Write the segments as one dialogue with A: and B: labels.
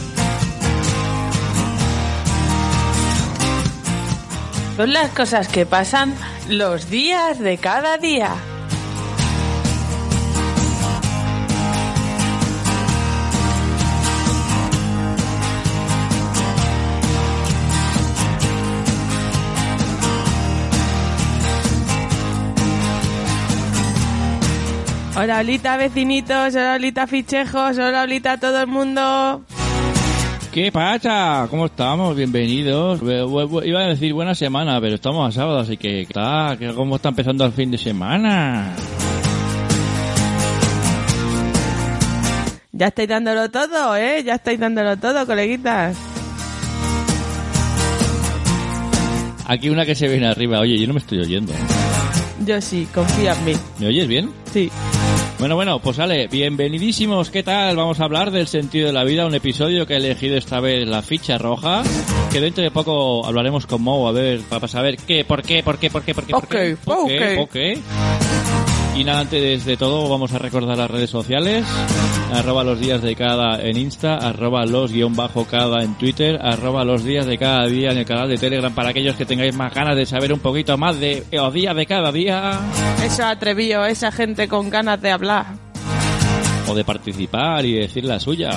A: son Pues las cosas que pasan los días de cada día. Hola, Olita, vecinitos, hola, Olita, fichejos, hola, Olita, todo el mundo.
B: ¿Qué pasa? ¿Cómo estamos? Bienvenidos. Bu- bu- bu- Iba a decir buena semana, pero estamos a sábado, así que está, que cómo está empezando el fin de semana.
A: Ya estáis dándolo todo, ¿eh? Ya estáis dándolo todo, coleguitas.
B: Aquí una que se viene arriba. Oye, yo no me estoy oyendo.
A: Yo sí, confía en mí.
B: ¿Me oyes bien?
A: Sí.
B: Bueno, bueno, pues sale. Bienvenidísimos. ¿Qué tal? Vamos a hablar del sentido de la vida, un episodio que ha elegido esta vez la ficha roja, que dentro de poco hablaremos con Mo a ver para saber qué, por qué, por qué, por qué, por qué, por qué,
A: Ok,
B: por qué,
A: ok.
B: por qué. Y nada, antes de todo vamos a recordar las redes sociales. Arroba los días de cada en Insta, arroba los guión bajo cada en Twitter, arroba los días de cada día en el canal de Telegram para aquellos que tengáis más ganas de saber un poquito más de los días de cada día.
A: Eso atrevido, esa gente con ganas de hablar.
B: o de participar y decir la suya.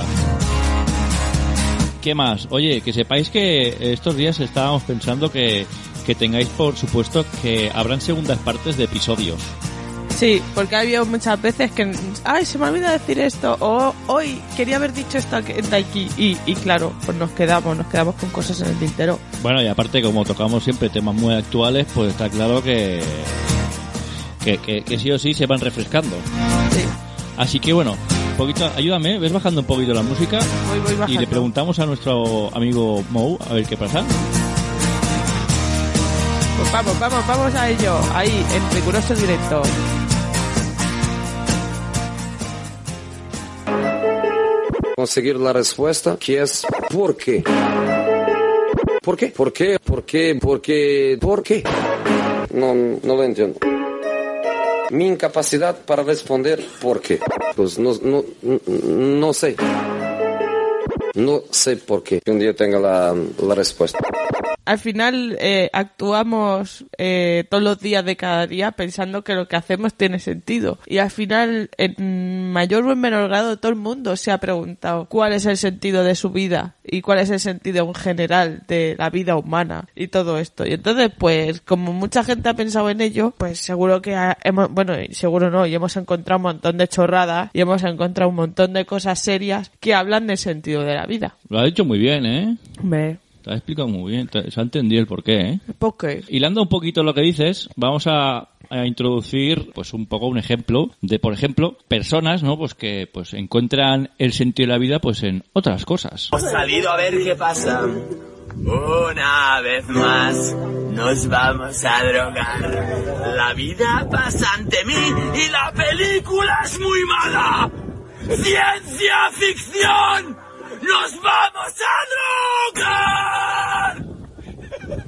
B: ¿Qué más? Oye, que sepáis que estos días estábamos pensando que, que tengáis por supuesto que habrán segundas partes de episodios.
A: Sí, porque ha habido muchas veces que... ¡Ay, se me olvida decir esto! O hoy quería haber dicho esto aquí, de aquí". Y, y claro, pues nos quedamos, nos quedamos con cosas en el tintero.
B: Bueno, y aparte como tocamos siempre temas muy actuales, pues está claro que, que, que- que sí o sí se van refrescando.
A: Sí,
B: Así que bueno, un poquito, ayúdame, ves bajando un poquito la música
A: voy, voy bajando.
B: y le preguntamos a nuestro amigo Mou a ver qué pasa.
A: Pues vamos, vamos, vamos a ello. Ahí, en riguroso directo.
C: conseguir la respuesta que es ¿por qué? ¿Por qué? ¿Por qué? ¿Por qué? ¿Por qué? ¿Por qué? No, no lo entiendo. Mi incapacidad para responder ¿por qué? Pues no, no, no sé. No sé por qué. Que un día tenga la, la respuesta.
A: Al final eh, actuamos eh, todos los días de cada día pensando que lo que hacemos tiene sentido. Y al final, en mayor o en menor grado, todo el mundo se ha preguntado cuál es el sentido de su vida y cuál es el sentido en general de la vida humana y todo esto. Y entonces, pues, como mucha gente ha pensado en ello, pues seguro que ha- hemos, bueno, y seguro no, y hemos encontrado un montón de chorradas y hemos encontrado un montón de cosas serias que hablan del sentido de la vida.
B: Lo ha dicho muy bien, ¿eh?
A: Hombre,
B: Te ha explicado muy bien, te- se ha entendido el porqué, ¿eh?
A: ¿por qué?
B: Hilando un poquito lo que dices, vamos a, a introducir pues un poco un ejemplo de, por ejemplo, personas, ¿no? Pues que pues encuentran el sentido de la vida pues en otras cosas.
D: Hemos salido a ver qué pasa. Una vez más, nos vamos a drogar. La vida pasa ante mí y la película es muy mala. ¡Ciencia ficción! ¡Nos vamos a drogar!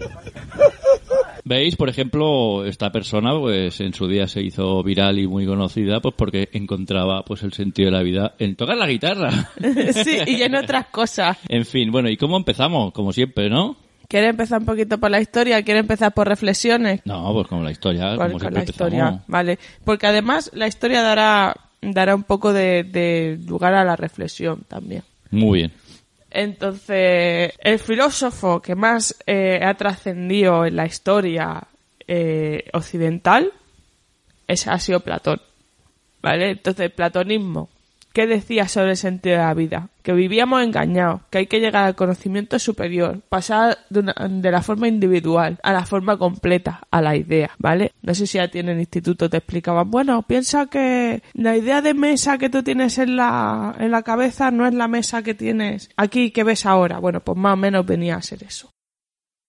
B: ¿Veis? Por ejemplo, esta persona pues en su día se hizo viral y muy conocida pues porque encontraba pues el sentido de la vida en tocar la guitarra.
A: sí, y en otras cosas.
B: en fin, bueno, ¿y cómo empezamos? Como siempre, ¿no?
A: ¿Quiere empezar un poquito por la historia? ¿Quiere empezar por reflexiones?
B: No, pues como la historia,
A: Con-
B: como
A: con
B: siempre
A: la historia,
B: empezamos.
A: vale. Porque además la historia dará, dará un poco de, de lugar a la reflexión también.
B: Muy bien.
A: Entonces, el filósofo que más eh, ha trascendido en la historia eh, occidental es, ha sido Platón. ¿Vale? Entonces, platonismo. ¿Qué decía sobre el sentido de la vida? Que vivíamos engañados, que hay que llegar al conocimiento superior, pasar de, una- de la forma individual a la forma completa, a la idea, ¿vale? No sé si ya tienen instituto te explicaban, bueno, piensa que la idea de mesa que tú tienes en la, en la cabeza no es la mesa que tienes aquí que ves ahora. Bueno, pues más o menos venía a ser eso.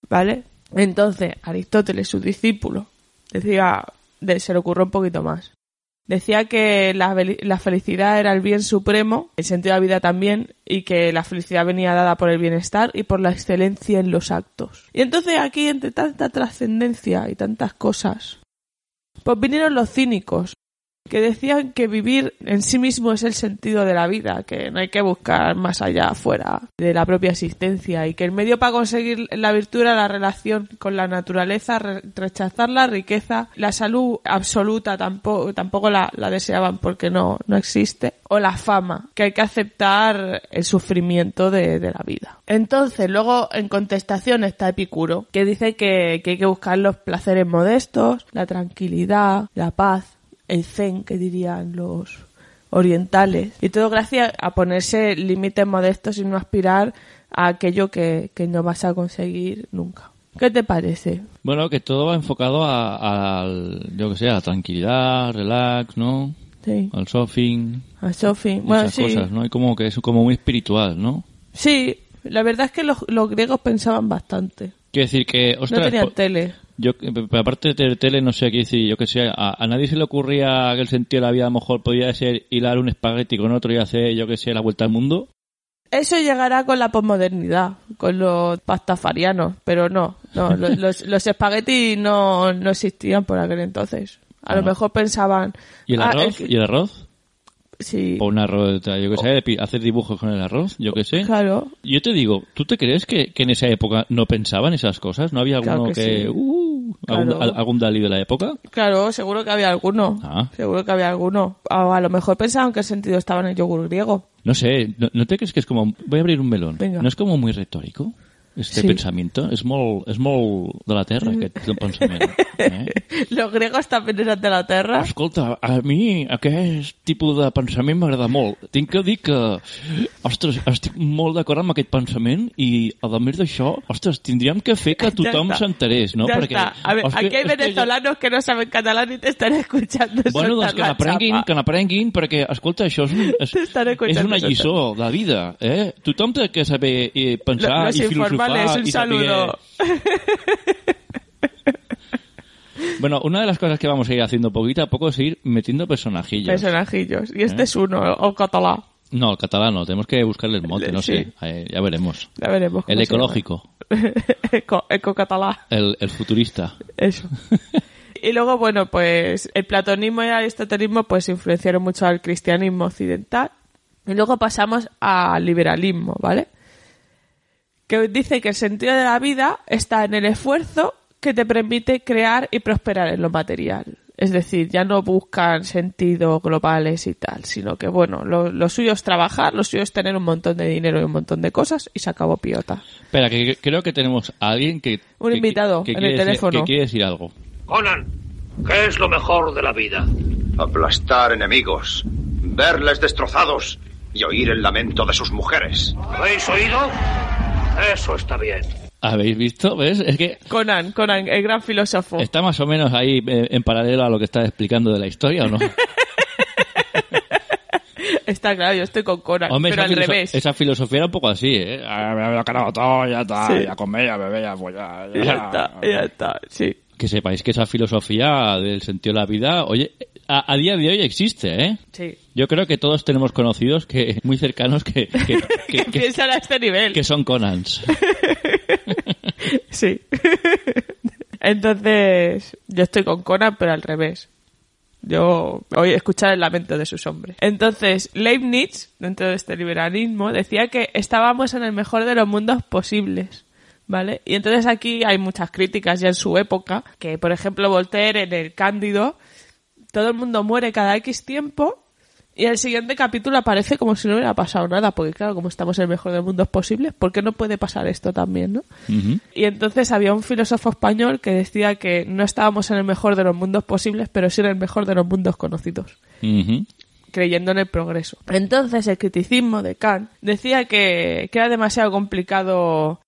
A: ¿Vale? Entonces, Aristóteles, su discípulo, decía, de- se le ocurrió un poquito más. Decía que la, veli- la felicidad era el bien supremo, el sentido de la vida también, y que la felicidad venía dada por el bienestar y por la excelencia en los actos. Y entonces aquí, entre tanta trascendencia y tantas cosas, pues vinieron los cínicos, que decían que vivir en sí mismo es el sentido de la vida, que no hay que buscar más allá fuera de la propia existencia y que el medio para conseguir la virtud era la relación con la naturaleza, re- rechazar la riqueza, la salud absoluta tampoco, tampoco la, la deseaban porque no, no existe, o la fama, que hay que aceptar el sufrimiento de, de la vida. Entonces, luego en contestación está Epicuro, que dice que, que hay que buscar los placeres modestos, la tranquilidad, la paz, el zen que dirían los orientales y todo gracias a ponerse límites modestos y no aspirar a aquello que, que no vas a conseguir nunca. ¿Qué te parece?
B: Bueno, que todo va enfocado a, al, yo que sé, a la tranquilidad, relax, ¿no?
A: Sí.
B: Al shopping,
A: A Sophie.
B: esas
A: Bueno, sí.
B: cosas, ¿no? Y como que es como muy espiritual, ¿no?
A: Sí, la verdad es que los, los griegos pensaban bastante.
B: Quiero decir que,
A: No
B: ostras, pues-
A: tenían
B: po-
A: tele.
B: yo, pero aparte de tener tele, no sé, quiero decir, yo que sé, a, a nadie se le ocurría que el sentido de la vida a lo mejor podía ser hilar un espagueti con otro y hacer, yo que sé, la vuelta al mundo.
A: Eso llegará con la posmodernidad, con los pastafarianos, pero no, no lo- los, los espaguetis no, no existían por aquel entonces. A lo
B: Bueno.
A: mejor pensaban...
B: ¿Y el
A: "Ah,
B: arroz?
A: el que-
B: ¿Y el arroz?
A: sí,
B: O un arroz, yo que sé, pi- hacer dibujos con el arroz, yo que sé.
A: claro.
B: Yo te digo, ¿tú te crees que, que en esa época no pensaban esas cosas? ¿No había
A: Claro
B: alguno
A: que
B: que...
A: sí.
B: uh, algún,
A: Claro.
B: al- algún Dalí de la época?
A: Claro, seguro que había alguno.
B: Ah.
A: Seguro que había alguno. O a lo mejor pensaban que el sentido estaba en el yogur griego.
B: No sé, no, no te crees que es como... Voy a abrir un melón.
A: Vinga.
B: ¿No es como muy retórico? Este
A: Sí.
B: pensamiento és molt, és molt de la terra, aquest pensament. Eh?
A: Los griegos también eran de la tierra.
B: Escolta, a mi aquest tipus de pensament m'agrada molt. Tinc que dir que, ostres, estic molt d'acord amb aquest pensament i, a més d'això, ostres, tindríem que fer que tothom
A: está.
B: s'enterés, no?
A: ya está. A ver,
B: és que-
A: aquí hay
B: és que jo-
A: venezolanos que, no saben catalán y te están escuchando.
B: Bueno,
A: soltar
B: doncs que
A: la
B: n'aprenguin,
A: chapa.
B: que n'aprenguin, perquè, escolta, això és, un, és,
A: T'estaré
B: és
A: cuentant
B: una
A: coses.
B: lliçó de vida, eh? Tothom té que saber eh, pensar
A: Lo- los
B: i
A: informales,
B: filosofar.
A: un
B: i saber...
A: saludo.
B: Bueno, una de las cosas que vamos a ir haciendo poquito a poco es ir metiendo personajillos.
A: Personajillos. Y
B: ¿Eh?
A: este es uno, o catalán.
B: No, el catalano, tenemos que buscarle el monte, no
A: Sí.
B: sé, Eh, ya veremos.
A: Ya veremos. cómo
B: El
A: se
B: ecológico,
A: llama. eco, eco catalán.
B: el, el futurista.
A: Eso. Y luego, bueno, pues el platonismo y el aristotelismo pues influenciaron mucho al cristianismo occidental. Y luego pasamos al liberalismo, ¿vale? Que dice que el sentido de la vida está en el esfuerzo que te permite crear y prosperar en lo material. Es decir, ya no buscan sentidos globales y tal, sino que, bueno, lo, lo suyo es trabajar, lo suyo es tener un montón de dinero y un montón de cosas y se acabó piota.
B: Espera, que que creo que tenemos a alguien que...
A: Un
B: que-
A: invitado en el
B: quiere decir-
A: teléfono.
B: que quiere decir algo.
E: Conan, ¿qué es lo mejor de la vida?
F: Aplastar enemigos, verles destrozados y oír el lamento de sus mujeres.
E: ¿Habéis oído? Eso está bien.
B: ¿Habéis visto? ¿Ves? Es que
A: Conan, Conan, el gran filósofo.
B: está más o menos ahí eh, en paralelo a lo que estás explicando de la historia, ¿o no?
A: Está claro, yo estoy con Conan,
B: Hombre,
A: pero
B: esa,
A: al
B: filoso-
A: revés.
B: esa filosofía era un poco así, ¿eh? Ah, me lo he cargado todo, ya está,
A: Sí.
B: ya comé, ya bebé, ya follar,
A: Ya está, ya está, sí.
B: Que sepáis que esa filosofía del sentido de la vida, oye, a, a día de hoy existe, ¿eh?
A: Sí.
B: Yo creo que todos tenemos conocidos que muy cercanos que, que,
A: Que,
B: que- que-
A: piensan a este nivel.
B: que son Conans.
A: Sí. Entonces, yo estoy con Conan, pero al revés. Yo voy a escuchar el lamento de sus hombres. Entonces, Leibniz, dentro de este liberalismo, decía que estábamos en el mejor de los mundos posibles. ¿Vale? Y entonces aquí hay muchas críticas ya en su época, que por ejemplo Voltaire en el Cándido, todo el mundo muere cada X tiempo y el siguiente capítulo aparece como si no hubiera pasado nada, porque claro, como estamos en el mejor de los mundos posibles, ¿por qué no puede pasar esto también, no?
B: Ujú.
A: Y entonces había un filósofo español que decía que no estábamos en el mejor de los mundos posibles, pero sí en el mejor de los mundos conocidos,
B: Ujú.
A: creyendo en el progreso. Entonces el criticismo de Kant decía que, que era demasiado complicado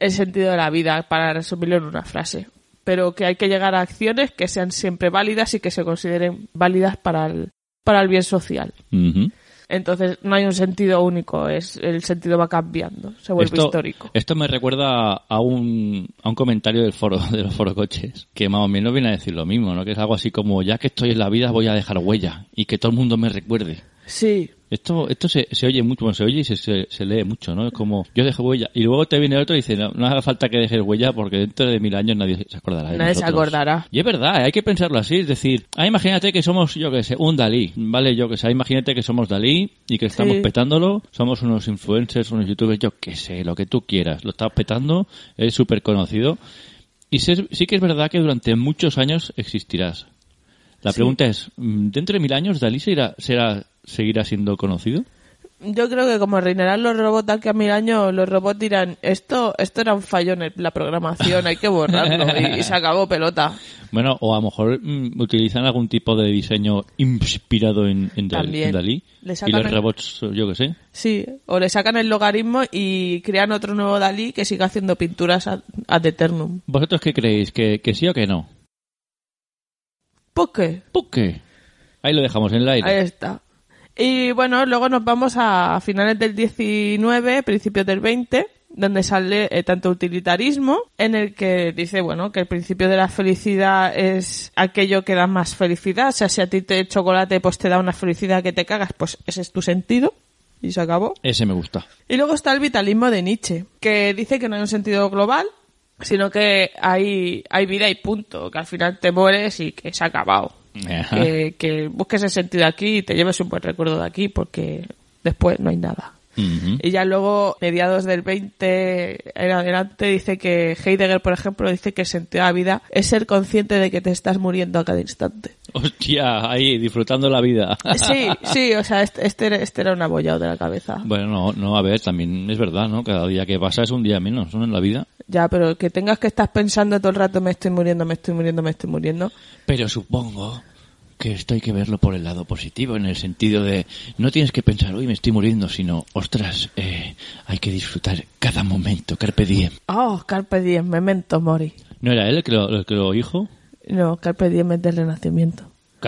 A: el sentido de la vida para resumirlo en una frase, pero que hay que llegar a acciones que sean siempre válidas y que se consideren válidas para el, para el bien social.
B: Ujú.
A: Entonces no hay un sentido único, es el sentido va cambiando, se vuelve
B: Esto,
A: histórico.
B: esto me recuerda a un, a un comentario del foro, de los foro coches, que más o menos viene a decir lo mismo, ¿no? Que es algo así como, ya que estoy en la vida voy a dejar huella y que todo el mundo me recuerde.
A: Sí,
B: Esto, esto se, se oye mucho, bueno, se oye y se, se, se lee mucho, ¿no? Es como, yo dejé huella. Y luego te viene otro y dice, no, no hace falta que dejes huella porque dentro de mil años nadie se acordará de
A: Nadie se
B: nosotros".
A: acordará.
B: Y es verdad, ¿eh? hay que pensarlo así. Es decir, ah, imagínate que somos, yo que sé, un Dalí, ¿vale? Yo que sé, imagínate que somos Dalí y que estamos
A: Sí.
B: petándolo. Somos unos influencers, unos youtubers, yo que sé, lo que tú quieras. Lo estás petando, es súper conocido. Y se- sí que es verdad que durante muchos años existirás. La pregunta es, mm, ¿dentro de mil años Dalí será, será, seguirá siendo conocido?
A: Yo creo que como reinarán los robots tal que a mil años, los robots dirán, esto, esto era un fallo en el- la programación, hay que borrarlo. y, y se acabó pelota.
B: Bueno, o a lo mejor mm, utilizan algún tipo de diseño inspirado en, en Dal- en Dalí.
A: También. Le
B: Y
A: sacan
B: los
A: el-
B: robots, yo que sé.
A: Sí, o le sacan el logaritmo y crean otro nuevo Dalí que siga haciendo pinturas ad, ad eternum.
B: ¿Vosotros qué creéis? ¿Que, que sí o que no?
A: ¿Por qué?
B: ¿Por qué? Ahí lo dejamos en el aire.
A: Ahí está. Y bueno, luego nos vamos a finales del 19, principios del 20, donde sale eh, tanto utilitarismo, en el que dice, bueno, que el principio de la felicidad es aquello que da más felicidad. O sea, si a ti te chocolate pues te da una felicidad que te cagas, pues ese es tu sentido. Y se acabó.
B: Ese me gusta.
A: Y luego está el vitalismo de Nietzsche, que dice que no hay un sentido global, sino que hay, hay vida y punto, que al final te mueres y que se ha acabado.
B: Ajá.
A: Que, que busques el sentido aquí y te lleves un buen recuerdo de aquí porque después no hay nada.
B: Ujú.
A: Y ya luego, mediados del 20 en adelante, dice que Heidegger, por ejemplo, dice que el sentido de la vida es ser consciente de que te estás muriendo a cada instante.
B: Hostia, ahí disfrutando la vida.
A: Sí, sí, o sea, este, este, este era un abollado de la cabeza.
B: Bueno, no, no, a ver, también es verdad, ¿no? Cada día que pasa es un día menos, ¿no? En la vida.
A: Ya, pero que tengas que estar pensando todo el rato, me estoy muriendo, me estoy muriendo, me estoy muriendo.
B: Pero supongo que esto hay que verlo por el lado positivo, en el sentido de no tienes que pensar, uy, me estoy muriendo, sino, ostras, eh, hay que disfrutar cada momento, carpe diem.
A: Oh, Carpe Diem, memento mori.
B: ¿No era él el que lo, el que lo dijo?
A: No, Carpe Diem es del Renacimiento.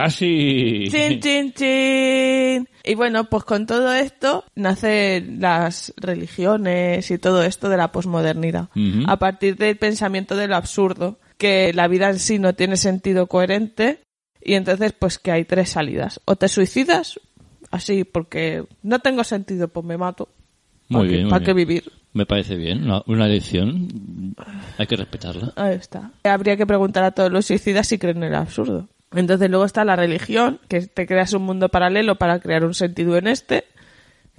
B: ¡Casi!
A: Chin, chin, chin. Y bueno, pues con todo esto nacen las religiones y todo esto de la posmodernidad.
B: Ujú.
A: A partir del pensamiento de lo absurdo, que la vida en sí no tiene sentido coherente y entonces pues que hay tres salidas. O te suicidas, así porque no tengo sentido, pues me mato.
B: Muy
A: ¿Para qué-
B: bien, muy
A: ¿Para qué
B: bien.
A: vivir?
B: Me parece bien, una, una lección. Hay que respetarla.
A: Ahí está. Habría que preguntar a todos los suicidas si creen en el absurdo. Entonces luego está la religión, que te creas un mundo paralelo para crear un sentido en este,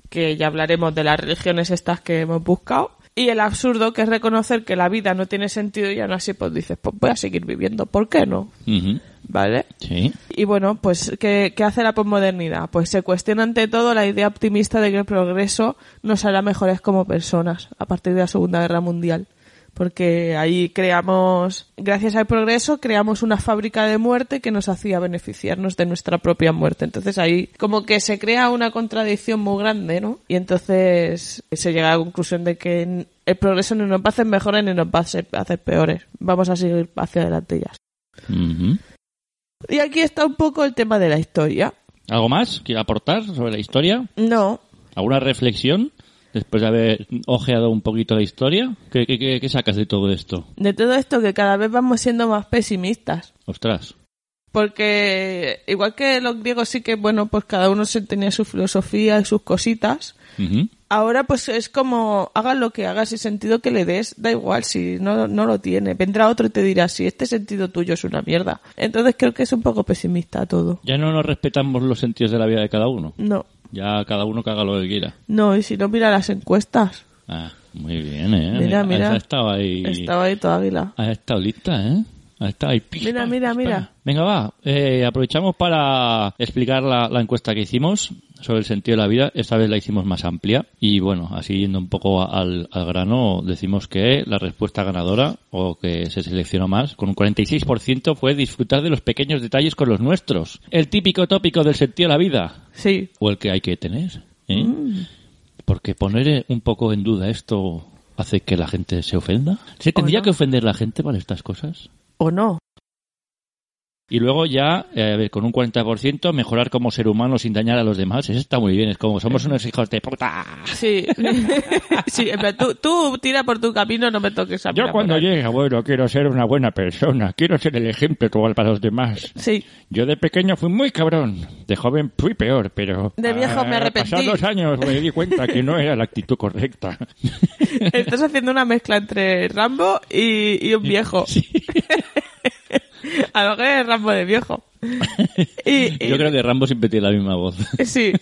A: que ya hablaremos de las religiones estas que hemos buscado. Y el absurdo, que es reconocer que la vida no tiene sentido y aún así pues dices, pues voy a seguir viviendo, ¿por qué no?
B: Ujú.
A: ¿Vale?
B: Sí.
A: Y bueno, pues, ¿qué, qué hace la posmodernidad? Pues se cuestiona ante todo la idea optimista de que el progreso nos hará mejores como personas a partir de la Segunda Guerra Mundial. Porque ahí creamos, gracias al progreso, creamos una fábrica de muerte que nos hacía beneficiarnos de nuestra propia muerte. Entonces ahí como que se crea una contradicción muy grande, ¿no? Y entonces se llega a la conclusión de que el progreso ni nos va a hacer mejores ni nos va a hacer hacer peores. Vamos a seguir hacia adelante ya.
B: Ujú.
A: Y aquí está un poco el tema de la historia.
B: ¿Algo más que aportar sobre la historia?
A: No,
B: ¿Alguna reflexión después de haber ojeado un poquito la historia? ¿Qué, qué- qué- qué sacas de todo esto?
A: de todo esto que cada vez vamos siendo más pesimistas.
B: Ostras.
A: Porque igual que los griegos sí que, bueno, pues cada uno se tenía su filosofía y sus cositas.
B: Ujú.
A: Ahora pues es como, hagas lo que hagas y sentido que le des, da igual si no, no lo tiene. Vendrá otro y te dirá, si este sentido tuyo es una mierda. Entonces creo que es un poco pesimista todo.
B: Ya no nos respetamos los sentidos de la vida de cada uno.
A: No,
B: Ya cada uno que haga lo que quiera.
A: no, y si no mira las encuestas.
B: Ah, muy bien, ¿eh?
A: Mira, mira.
B: Esa estaba ahí.
A: Estaba ahí toda águila.
B: Ha estado lista, ¿eh? Ha estado ahí. Pis,
A: Mira,
B: pas,
A: mira,
B: pis,
A: mira.
B: pa. Venga, va. Eh, aprovechamos para explicar la, la encuesta que hicimos sobre el sentido de la vida. Esta vez la hicimos más amplia. Y bueno, así yendo un poco a- al, al grano, decimos que la respuesta ganadora, o que se seleccionó más, con un 46% fue disfrutar de los pequeños detalles con los nuestros. El típico tópico del sentido de la vida
A: Sí,
B: o el que hay que tener. ¿eh? Porque poner eh, un poco en duda esto hace que la gente se ofenda. ¿Se tendría
A: no.
B: que ofender la gente para estas cosas?
A: o no.
B: Y luego ya, eh, a ver, con un 40%, mejorar como ser humano sin dañar a los demás. Eso está muy bien. Es como, somos unos hijos de puta.
A: Sí, sí en plan, tú, tú tira por tu camino, no me toques a mí.
B: Yo
A: la
B: cuando
A: moral.
B: llegue abuelo quiero ser una buena persona. Quiero ser el ejemplo que vale para los demás.
A: Sí,
B: Yo de pequeño fui muy cabrón. De joven fui peor, pero...
A: De viejo me
B: ah,
A: arrepentí.
B: Pasados los años me di cuenta que no era la actitud correcta.
A: estás haciendo una mezcla entre Rambo y, y un viejo. a lo mejor es Rambo de viejo. Y- y-
B: Yo creo que Rambo siempre tiene la misma voz.
A: Sí.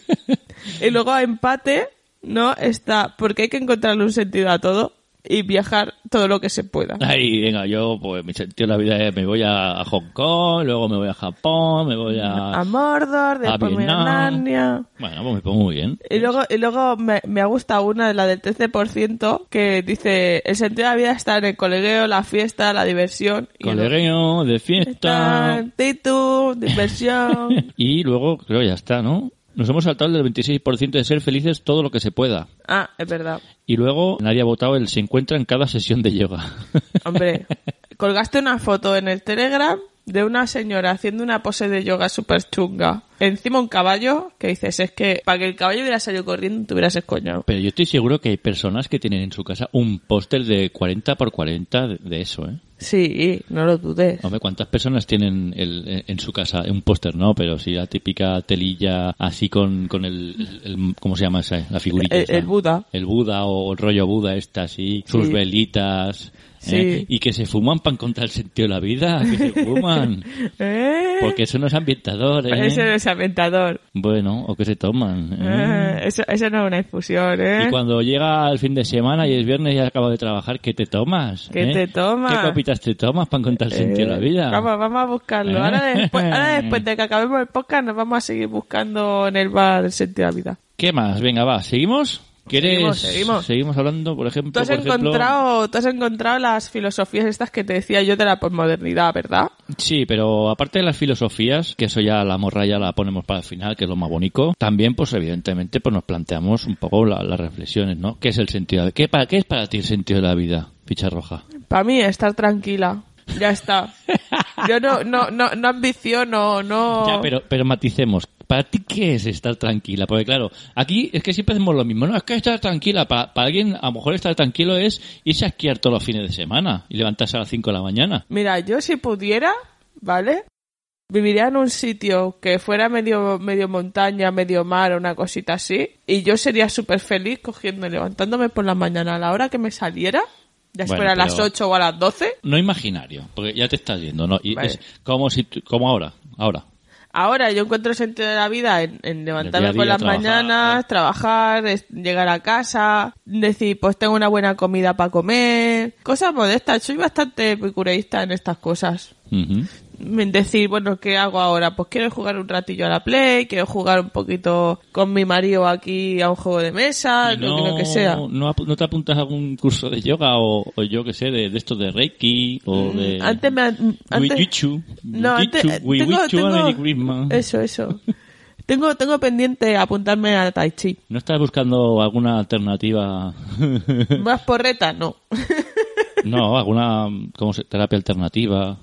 A: Y luego a empate, ¿no? Está, porque hay que encontrarle un sentido a todo y viajar todo lo que se pueda.
B: Ay, venga, yo pues mi sentido de la vida es me voy a a Hong Kong, luego me voy a Japón, me voy a...
A: A Mordor,
B: Ah,
A: después me voy a
B: Vietnam.
A: Narnia.
B: Bueno, pues me pongo muy bien.
A: Y luego, y luego me, me ha gustado una, la del 13%, que dice, el sentido de la vida está en el colegueo, la fiesta, la diversión. Y el-
B: Colegio de fiesta.
A: actitud, diversión.
B: Y luego creo que ya está, ¿no? Nos hemos saltado el del 26% de ser felices todo lo que se pueda.
A: ah, es verdad.
B: Y luego nadie ha votado el se encuentra en cada sesión de yoga.
A: Hombre, colgaste una foto en el Telegram de una señora haciendo una pose de yoga súper chunga. Encima un caballo que dices, es que para que el caballo hubiera salido corriendo te hubieras escoñado.
B: Pero yo estoy seguro que hay personas que tienen en su casa un póster de 40 por 40 de- de eso, ¿eh?
A: Sí, no lo dudes.
B: Hombre, ¿cuántas personas tienen el- en- en su casa un póster, no? Pero sí, la típica telilla así con, con el, el- ¿Cómo se llama esa? La figurita.
A: El-
B: esa.
A: el Buda.
B: El Buda o el rollo Buda este así, sus
A: Sí.
B: velitas. ¿eh?
A: Sí.
B: Y que se fuman para encontrar el sentido de la vida, que se fuman.
A: ¿Eh?
B: Porque eso no es ambientador, ¿eh?
A: Ese no es aventador.
B: Bueno, o que se toman. ¿eh?
A: Eh, eso, eso no es una infusión, ¿eh?
B: Y cuando llega el fin de semana y es viernes y has acabado de trabajar, ¿qué te tomas? eh?
A: ¿Qué te tomas? Eh,
B: ¿Qué copitas te tomas para encontrar el sentido de Pues la vida?
A: Vamos, vamos a buscarlo. Ahora
B: Eh.
A: después, ahora después de que acabemos el podcast nos vamos a seguir buscando en el bar el sentido de la vida.
B: ¿Qué más? Venga, va, ¿seguimos? ¿Quieres?
A: Seguimos, seguimos.
B: hablando, por ejemplo.
A: Tú has,
B: por ejemplo-
A: encontrado, tú has encontrado las filosofías estas que te decía yo de la posmodernidad, ¿verdad?
B: Sí, pero aparte de las filosofías, que eso ya la morra ya la ponemos para el final, que es lo más bonito, también, pues evidentemente, pues nos planteamos un poco la- las reflexiones, ¿no? ¿Qué es el sentido? De, ¿qué, para, ¿Qué es para ti el sentido de la vida, ficha roja?
A: Para mí, estar tranquila. Ya está. Yo no, no, no, no ambiciono, no...
B: Ya, pero, pero maticemos. ¿Para ti qué es estar tranquila? Porque claro, aquí es que siempre hacemos lo mismo. No, es que estar tranquila. Para, para alguien, a lo mejor estar tranquilo es irse a esquiar todos los fines de semana y levantarse a las 5 de la mañana.
A: Mira, yo si pudiera, ¿vale? Viviría en un sitio que fuera medio, medio montaña, medio mar o una cosita así. Y yo sería súper feliz cogiendo, y levantándome por la mañana a la hora que me saliera. Ya
B: Bueno,
A: fuera a las
B: pero-
A: 8 o a las 12.
B: No imaginario, porque ya te estás yendo, ¿no? Y
A: Vale.
B: es como si tú- como ahora, ahora.
A: Ahora yo encuentro el sentido de la vida en, en levantarme
B: día a
A: por
B: día,
A: las
B: trabajar, ¿eh?
A: mañanas, trabajar, es- llegar a casa, decir, pues tengo una buena comida para comer. Cosas modestas. Soy bastante epicureísta en estas cosas.
B: Ujú.
A: decir, bueno, ¿qué hago ahora? Pues quiero jugar un ratillo a la Play, quiero jugar un poquito con mi marido aquí a un juego de mesa,
B: Y
A: lo que- lo que sea.
B: no ap- no te apuntas a algún curso de yoga o, o yo que sé, de, de esto de Reiki o de...
A: Mm, Antes me... an- Antes,
B: Wiwichu.
A: no, antes...
B: Wiwichu,
A: tengo,
B: Wiwichu,
A: tengo-
B: Amerigrisma.
A: eso, eso. tengo, tengo pendiente apuntarme a Tai Chi.
B: ¿No estás buscando alguna alternativa?
A: Más porreta, no.
B: no, alguna como se- terapia alternativa,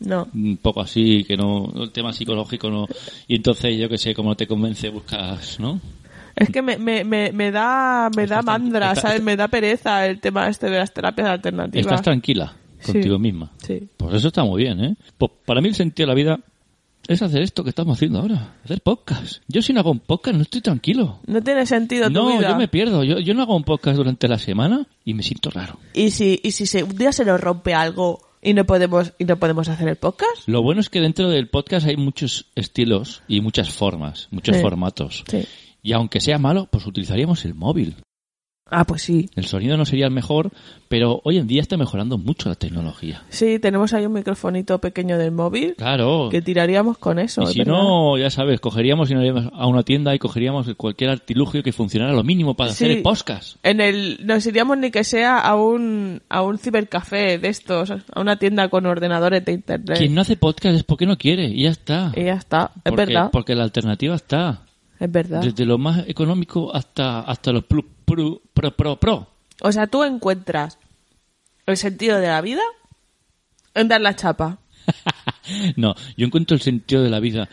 A: no.
B: un poco así, que no, el tema psicológico no. Y entonces yo que sé, como te convence, buscas, ¿no?
A: Es que me, me, me, me da, me da
B: Estás tan-
A: mandra,
B: estás-
A: ¿sabes? Me da pereza el tema este de las terapias alternativas.
B: Estás tranquila
A: Sí.
B: contigo misma.
A: Sí.
B: Pues eso está muy bien, ¿eh? Pues para mí el sentido de la vida es hacer esto que estamos haciendo ahora, hacer podcast. Yo si no hago un podcast no estoy tranquilo.
A: No tiene sentido tu
B: No,
A: vida.
B: yo me pierdo. Yo, yo no hago un podcast durante la semana y me siento raro.
A: ¿Y si, y si se, un día se nos rompe algo y no podemos, y no podemos hacer el podcast?
B: Lo bueno es que dentro del podcast hay muchos estilos y muchas formas, muchos
A: Sí.
B: formatos.
A: Sí.
B: Y aunque sea malo, pues utilizaríamos el móvil.
A: Ah, pues sí.
B: El sonido no sería el mejor, pero hoy en día está mejorando mucho la tecnología.
A: Sí, tenemos ahí un microfonito pequeño del móvil
B: Claro.
A: que tiraríamos con eso.
B: Y
A: es
B: si
A: verdad.
B: no, ya sabes, cogeríamos y nos iríamos a una tienda y cogeríamos cualquier artilugio que funcionara lo mínimo para hacer
A: Sí.
B: el podcast.
A: En el, nos iríamos ni que sea a un, a un cibercafé de estos, a una tienda con ordenadores de internet.
B: Quien no hace podcast es porque no quiere y ya está.
A: Y ya está. Es
B: Porque-
A: verdad.
B: Porque la alternativa está.
A: Es verdad.
B: Desde lo más económico hasta, hasta los plus- pru- pro, pro, pro.
A: O sea, tú encuentras el sentido de la vida en dar la chapa.
B: No, yo encuentro el sentido de la vida.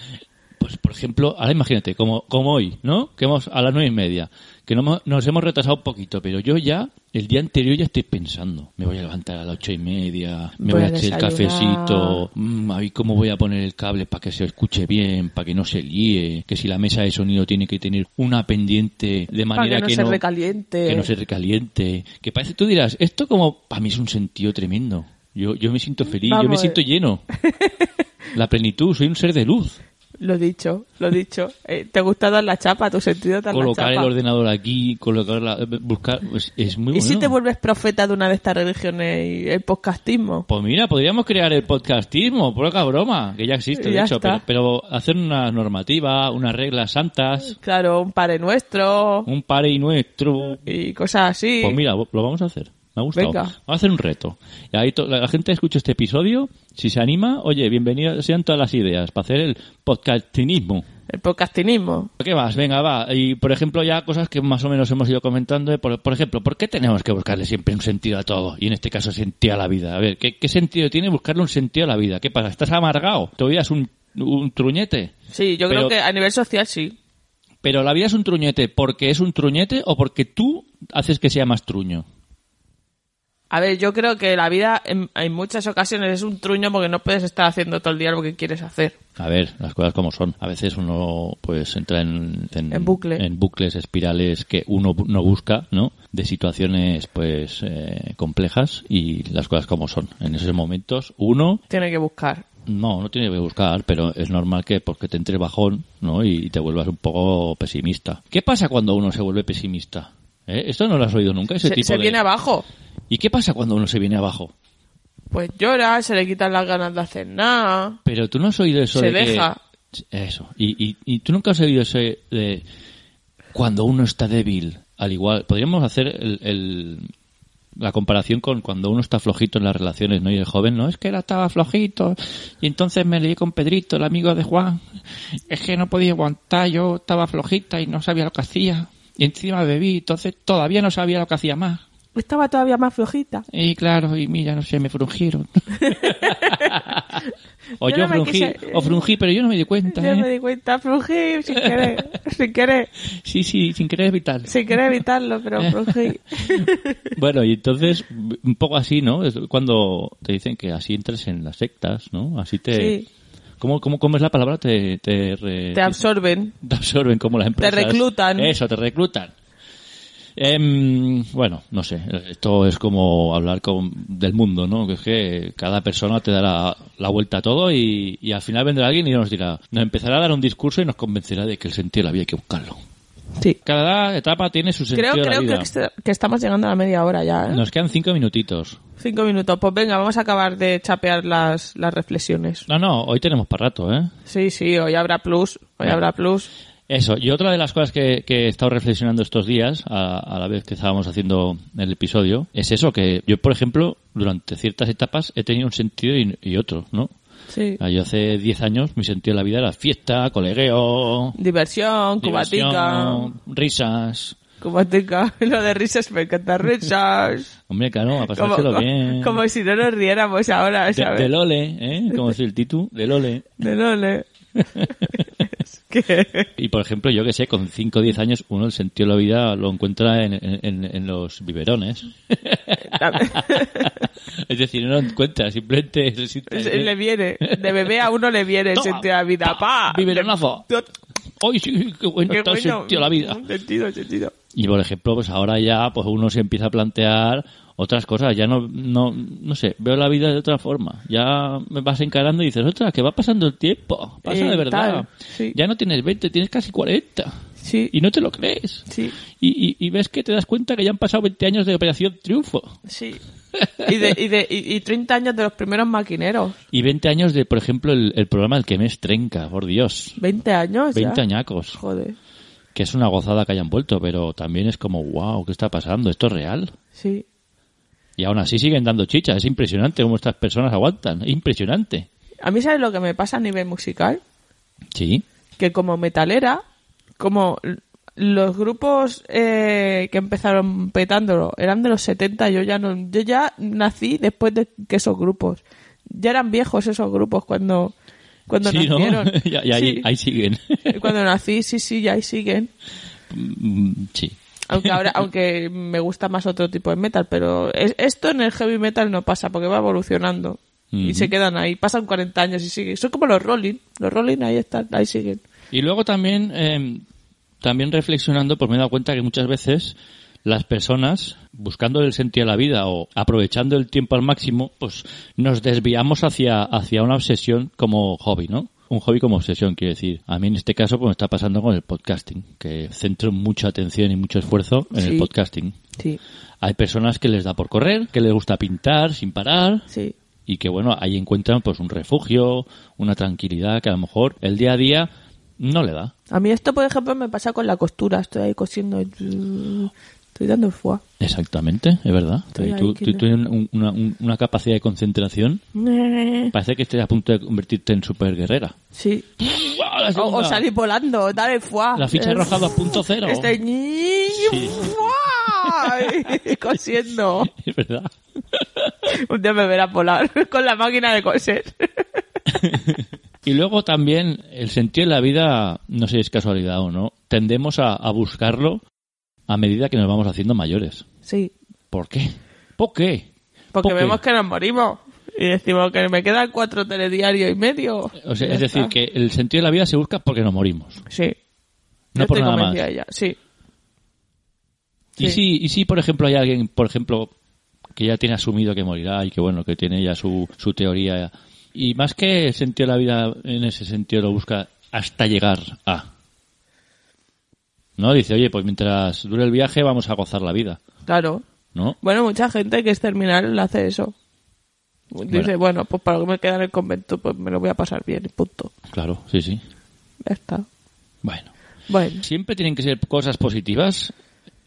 B: Pues, por ejemplo, ahora imagínate, como, como hoy, ¿no? Que hemos a las nueve y media, que no hemos- nos hemos retrasado un poquito, pero yo ya, el día anterior ya estoy pensando, me voy a levantar a las ocho y media, me voy,
A: Voy
B: a,
A: a
B: hacer el
A: desayunar.
B: cafecito, mm, a ver cómo voy a poner el cable para que se escuche bien, para que no se líe, que si la mesa de sonido tiene que tener una pendiente de
A: Para
B: manera
A: que no se recaliente.
B: que no se recaliente, que parece, tú dirás, esto como para mí es un sentido tremendo. Yo, yo me siento feliz, yo me
A: Vamos.
B: siento lleno. La plenitud, soy un ser de luz.
A: Lo dicho, lo dicho. Eh, ¿Te gusta dar la chapa? ¿Tu sentido dar
B: Colocar
A: la
B: el
A: chapa?
B: ordenador aquí, colocar la, eh, buscar, es, es muy
A: ¿Y
B: bueno.
A: si te vuelves profeta de una de estas religiones y el podcastismo?
B: Pues mira, podríamos crear el podcastismo, poca broma, que ya existe,
A: Y
B: de
A: ya
B: hecho, pero,
A: está.
B: pero hacer una normativa, unas reglas santas,
A: Claro, un padre nuestro
B: un pare y nuestro.
A: y cosas así.
B: Pues mira, lo vamos a hacer. Me ha gustado.
A: Venga.
B: Vamos a hacer un reto. Y ahí to- la la gente que escucha este episodio, si se anima, oye, bienvenidas sean todas las ideas para hacer el podcastinismo.
A: El podcastinismo.
B: ¿Qué más? Venga, va. Y por ejemplo, ya cosas que más o menos hemos ido comentando. eh, Por, por ejemplo, ¿por qué tenemos que buscarle siempre un sentido a todo? Y en este caso, sentido a la vida. A ver, ¿qué, qué sentido tiene buscarle un sentido a la vida? ¿Qué pasa? ¿Estás amargado? ¿Tu vida es un, un truñete?
A: Sí, yo
B: Pero-
A: creo que a nivel social sí.
B: Pero la vida es un truñete porque es un truñete o porque tú haces que sea más truño.
A: A ver, yo creo que la vida en, en muchas ocasiones es un truño porque no puedes estar haciendo todo el día lo que quieres hacer.
B: A ver, las cosas como son. A veces uno pues entra en,
A: En bucle.
B: en bucles, espirales que uno bu- no busca, ¿no? De situaciones pues eh, complejas y las cosas como son. En esos momentos uno
A: Tiene que buscar.
B: no, no tiene que buscar, pero es normal que porque te entre bajón, ¿no? Y te vuelvas un poco pesimista. ¿Qué pasa cuando uno se vuelve pesimista? ¿Eh? Esto no lo has oído nunca ese
A: Se,
B: tipo
A: se
B: de-
A: viene abajo.
B: ¿Y qué pasa cuando uno se viene abajo?
A: Pues llora, se le quitan las ganas de hacer nada.
B: Pero tú no has oído eso
A: Se
B: de que-
A: deja.
B: Eso. Y, y, y tú nunca has oído ese de... Cuando uno está débil, al igual... Podríamos hacer el... el- La comparación con cuando uno está flojito en las relaciones, ¿no? Y el joven, no, es que era estaba flojito. Y entonces me lié con Pedrito, el amigo de Juan. Es que no podía aguantar, yo estaba flojita y no sabía lo que hacía. Y encima bebí, entonces todavía no sabía lo que hacía más.
A: Estaba todavía más flojita.
B: Y claro, y mira, no sé, me frungieron. o yo,
A: Yo no me
B: frungí,
A: quise-
B: o frungí, pero yo no me di cuenta.
A: Ya
B: ¿eh?
A: me di cuenta, frungí sin querer, sin querer,
B: Sí, sí, sin querer es vital.
A: sin querer evitarlo, pero frungí.
B: Bueno, y entonces, un poco así, ¿no? Es cuando te dicen que así entras en las sectas, ¿no? Así te...
A: Sí.
B: ¿Cómo, cómo, cómo es la palabra? Te, te, re-
A: Te absorben.
B: te absorben como las empresas.
A: reclutan.
B: Eso, te reclutan. Em, bueno, no sé, esto es como hablar con, del mundo, ¿no? Que es que cada persona te dará la vuelta a todo y, y al final vendrá alguien y nos dirá, nos empezará a dar un discurso y nos convencerá de que el sentido de la vida hay que buscarlo.
A: Sí.
B: Cada etapa tiene su sentido
A: Creo,
B: de la
A: creo
B: vida.
A: que, est- que estamos llegando a la media hora ya. ¿eh?
B: Nos quedan cinco minutitos.
A: Cinco minutos. Pues venga, vamos a acabar de chapear las, las reflexiones.
B: No, no, hoy tenemos para rato, ¿eh?
A: Sí, sí, hoy habrá plus. Hoy
B: Venga.
A: habrá plus.
B: Eso, y otra de las cosas que, que he estado reflexionando estos días, a, a la vez que estábamos haciendo el episodio, es eso, que yo, por ejemplo, durante ciertas etapas he tenido un sentido y, y otro, ¿no?
A: Sí.
B: Ah, Yo hace 10 años mi sentido de la vida era fiesta, colegueo,
A: Diversión, cubatica.
B: diversión, risas.
A: Cubatica. Lo de risas me encanta. Risas.
B: Hombre, claro,
A: Como,
B: a pasárselo bien.
A: como si no nos riéramos ahora,
B: de,
A: ¿sabes?
B: de Lole, ¿eh? Como dice el Titu, de Lole.
A: De Lole. Es que-
B: Y por ejemplo, yo que sé, con 5 o 10 años uno el sentido de la vida lo encuentra en, en- en- en los biberones. es decir, no lo encuentra, simplemente se siente-
A: Se- Pues, le viene. De bebé a uno le viene el
B: Toma,
A: sentido de la vida. ¡Pa!
B: biberonazo.
A: Tot-
B: ¡Ay, sí, qué bueno
A: qué
B: está
A: bueno.
B: el Pues sentido de la vida!
A: Sentido, sentido.
B: Y por ejemplo, pues ahora ya pues uno se empieza a plantear otras cosas, ya no, no, no sé, veo la vida de otra forma, ya me vas encarando y dices, ostras, que va pasando el tiempo, pasa
A: Eh,
B: de verdad,
A: tal, sí.
B: ya no tienes 20, tienes casi 40
A: Sí.
B: y no te lo crees.
A: Sí.
B: Y, y- y ves que te das cuenta que ya han pasado 20 años de Operación Triunfo.
A: Sí. Y, de, y, de, y, y 30 años de los primeros maquineros.
B: Y 20 años de, por ejemplo, el, el programa El que me estrenca, por Dios.
A: 20 años. ya.
B: 20 añacos.
A: Joder.
B: Que es una gozada que hayan vuelto, pero también es como, wow, ¿qué está pasando? ¿Esto es real?
A: Sí.
B: Y aún así siguen dando chicha. Es impresionante cómo estas personas aguantan. Impresionante.
A: A mí, ¿sabes lo que me pasa a nivel musical?
B: Sí.
A: Que como metalera, como l- los grupos eh, que empezaron petándolo eran de los 70, yo ya no, yo ya nací después de que esos grupos. ya eran viejos esos grupos cuando, cuando
B: Sí, ¿no?
A: nacieron.
B: y y ahí,
A: Sí.
B: ahí siguen.
A: Cuando nací, sí, sí, ya ahí siguen.
B: Mm, sí.
A: Aunque ahora, aunque me gusta más otro tipo de metal, pero es- esto en el heavy metal no pasa porque va evolucionando. Y
B: Ujú.
A: se quedan ahí, pasan 40 años y siguen. Son como los Rolling, los Rolling ahí están, ahí siguen.
B: Y luego también, eh, también reflexionando, pues me he dado cuenta que muchas veces las personas, buscando el sentido de la vida o aprovechando el tiempo al máximo, pues nos desviamos hacia, hacia una obsesión como hobby, ¿no? Un hobby como obsesión, quiero decir. A mí en este caso pues me está pasando con el podcasting, que centro mucha atención y mucho esfuerzo en
A: Sí.
B: el podcasting.
A: Sí,
B: Hay personas que les da por correr, que les gusta pintar sin parar,
A: sí.
B: y que bueno, ahí encuentran pues un refugio, una tranquilidad que a lo mejor el día a día no le da.
A: A mí esto, por ejemplo, me pasa con la costura. Estoy ahí cosiendo. Estoy dando el fuá.
B: Exactamente, es verdad.
A: Estoy
B: tú
A: ahí,
B: tú
A: que no.
B: tienes un- una, un- una capacidad de concentración, parece que estés a punto de convertirte en superguerrera.
A: Sí.
B: ¡Guau,
A: O,
B: la
A: o
B: segunda!
A: salir volando, dale fuá.
B: La ficha
A: Eh,
B: roja 2.0.
A: Este ñi- fuá. cosiendo.
B: Es verdad.
A: Un día me verá polar con la máquina de coser.
B: Y luego también el sentido de la vida, no sé si es casualidad o no, tendemos a, a buscarlo a medida que nos vamos haciendo mayores.
A: Sí,
B: ¿Por qué? ¿Por qué?
A: porque
B: ¿Por qué?
A: vemos que nos morimos. Y decimos que me quedan cuatro telediarios y medio.
B: O sea,
A: Ya
B: es decir,
A: está.
B: que el sentido de la vida se busca porque nos morimos.
A: Sí.
B: No
A: Yo
B: por
A: estoy
B: nada más.
A: convencida ya. Sí.
B: ¿Y,
A: Sí.
B: si, y si, por ejemplo, hay alguien, por ejemplo, que ya tiene asumido que morirá y que, bueno, que tiene ya su, su teoría. Y más que el sentido de la vida en ese sentido lo busca hasta llegar a. ¿No? Dice, oye, pues mientras dure el viaje vamos a gozar la vida,
A: Claro.
B: ¿no?
A: Bueno, mucha gente que es terminal hace eso. Dice, bueno. pues para lo que me queda en el convento, pues me lo voy a pasar bien, y punto.
B: Claro, sí, sí.
A: Ya está.
B: Bueno.
A: Bueno,
B: Siempre tienen que ser cosas positivas,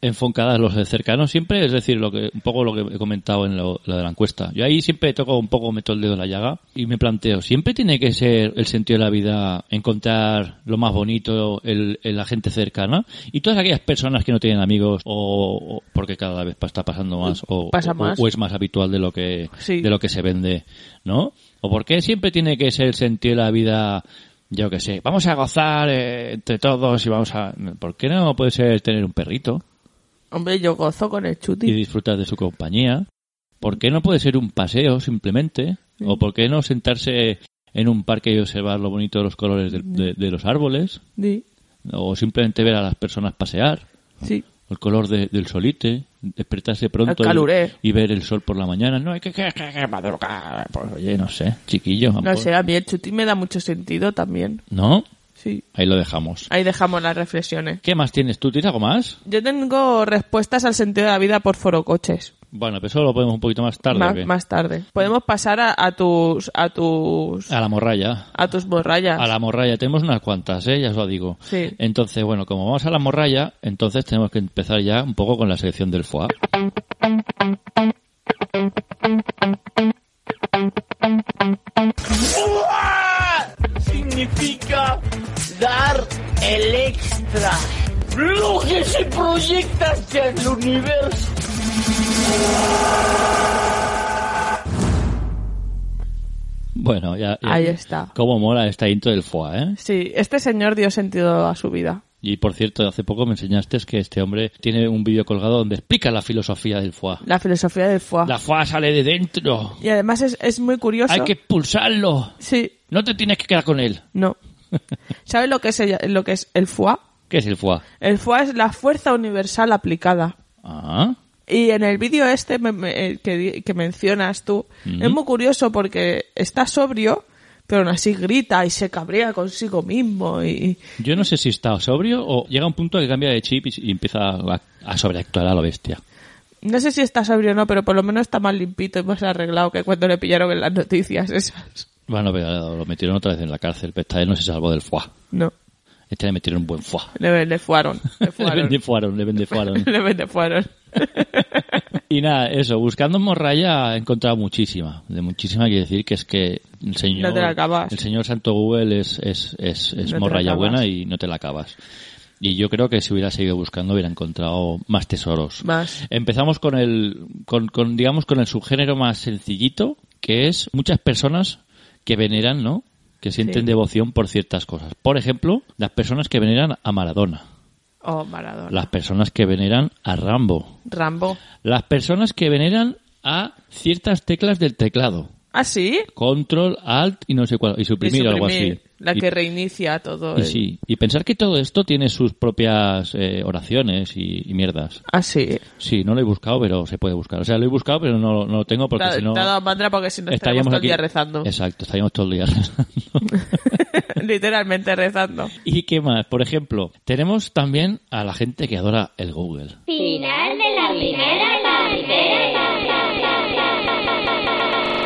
B: enfocadas los de cercanos, siempre, es decir, lo que, un poco lo que he comentado en lo, lo de la encuesta. Yo ahí siempre toco un poco, meto el dedo en la llaga y me planteo, siempre tiene que ser el sentido de la vida encontrar lo más bonito, el, el- la gente cercana y todas aquellas personas que no tienen amigos o, o- porque cada vez pa- está pasando más o,
A: Pasa
B: o-
A: más.
B: o es más habitual de lo que,
A: Sí.
B: de lo que se vende, ¿no? ¿O por qué siempre tiene que ser el sentido de la vida, yo que sé, vamos a gozar eh, entre todos y vamos a... ¿Por qué no puede ser tener un perrito
A: hombre, yo gozo con el
B: y
A: chuti.
B: disfrutar de su compañía? ¿Por qué no puede ser un paseo simplemente? ¿O por qué no sentarse en un parque y observar lo bonito de los colores del- de, de los árboles?
A: Sí,
B: ¿O simplemente ver a las personas pasear?
A: sí.
B: El color de- del solite, despertarse pronto
A: El
B: y-
A: caluré.
B: y, ver el sol por la mañana. No, hay que, que, que- que madrugar. Pues oye, no sé, chiquillo.
A: No sé, a mí el chuti me da mucho sentido también.
B: ¿No?
A: Sí.
B: Ahí lo dejamos.
A: Ahí dejamos las reflexiones.
B: ¿Qué más tienes tú? ¿Tienes algo más?
A: Yo tengo respuestas al sentido de la vida por forocoches.
B: Bueno, pero eso lo podemos un poquito más tarde. ¿o
A: Más,
B: qué?
A: más tarde. Podemos pasar a, a tus a tus
B: A la morralla.
A: a tus morrayas.
B: A la morralla. Tenemos unas cuantas, ¿eh? Ya os lo digo.
A: Sí.
B: Entonces, bueno, como vamos a la morralla, entonces tenemos que empezar ya un poco con la sección del foie.
D: significa dar el extra. Lo que se proyecta hacia el universo.
B: Bueno, ya, ya-
A: Ahí está.
B: Cómo mola esta intro del foie, ¿eh?
A: Sí, este señor dio sentido a su vida.
B: Y por cierto, hace poco me enseñaste que este hombre tiene un vídeo colgado donde explica la filosofía del foie.
A: La filosofía del foie.
B: La foie sale de dentro.
A: Y además es, es muy curioso.
B: Hay que expulsarlo.
A: Sí,
B: No te tienes que quedar con él.
A: no. ¿Sabes lo que es ella- lo que es el foie?
B: ¿Qué es el foie?
A: El foie es la fuerza universal aplicada.
B: Ah,
A: Y en el vídeo este me- me- eh, que, di- que mencionas tú,
B: Ujú.
A: es muy curioso porque está sobrio, pero aún así grita y se cabrea consigo mismo y...
B: yo no sé si está sobrio o llega un punto que cambia de chip y y empieza a, a sobreactuar a lo bestia.
A: No sé si está sobrio o no, pero por lo menos está más limpito y más arreglado que cuando le pillaron en las noticias esas.
B: Bueno, pero lo metieron otra vez en la cárcel, pero esta vez no se salvó del foie.
A: No,
B: Este le metieron un buen foie.
A: le, le fuaron. Le
B: Le
A: fuaron.
B: vendefuaron, le vendefuaron.
A: le vendefuaron.
B: Y nada, eso, buscando morralla he encontrado muchísima. De muchísima quiere decir que es que el señor,
A: No te la acabas.
B: el señor Santo Google es, es, es,
A: No
B: es
A: te la
B: morralla buena
A: acabas.
B: y no te la acabas. Y yo creo que si hubiera seguido buscando hubiera encontrado más tesoros.
A: Más.
B: Empezamos con el, con, con, digamos, con el subgénero más sencillito, que es muchas personas que veneran, ¿no? Que sienten
A: Sí.
B: devoción por ciertas cosas. Por ejemplo, las personas que veneran a Maradona,
A: Oh, Maradona.
B: las personas que veneran a Rambo,
A: Rambo.
B: las personas que veneran a ciertas teclas del teclado.
A: ¿Ah, sí?
B: Control, Alt y no sé cuál, y
A: Y
B: suprimir o algo
A: suprimir,
B: así.
A: La
B: Y-
A: que reinicia todo.
B: y
A: el-
B: sí, y pensar que todo esto tiene sus propias eh, oraciones y, y mierdas.
A: Ah, sí.
B: Sí, no lo he buscado, pero se puede buscar. O sea, lo he buscado, pero no, no lo tengo porque
A: Te-
B: si no...
A: te ha dado mantra porque si no estaríamos todo el día rezando.
B: Exacto, estaríamos todo el día rezando.
A: Literalmente rezando.
B: ¿Y qué más? Por ejemplo, tenemos también a la gente que adora el Google.
G: Final de la primera partida.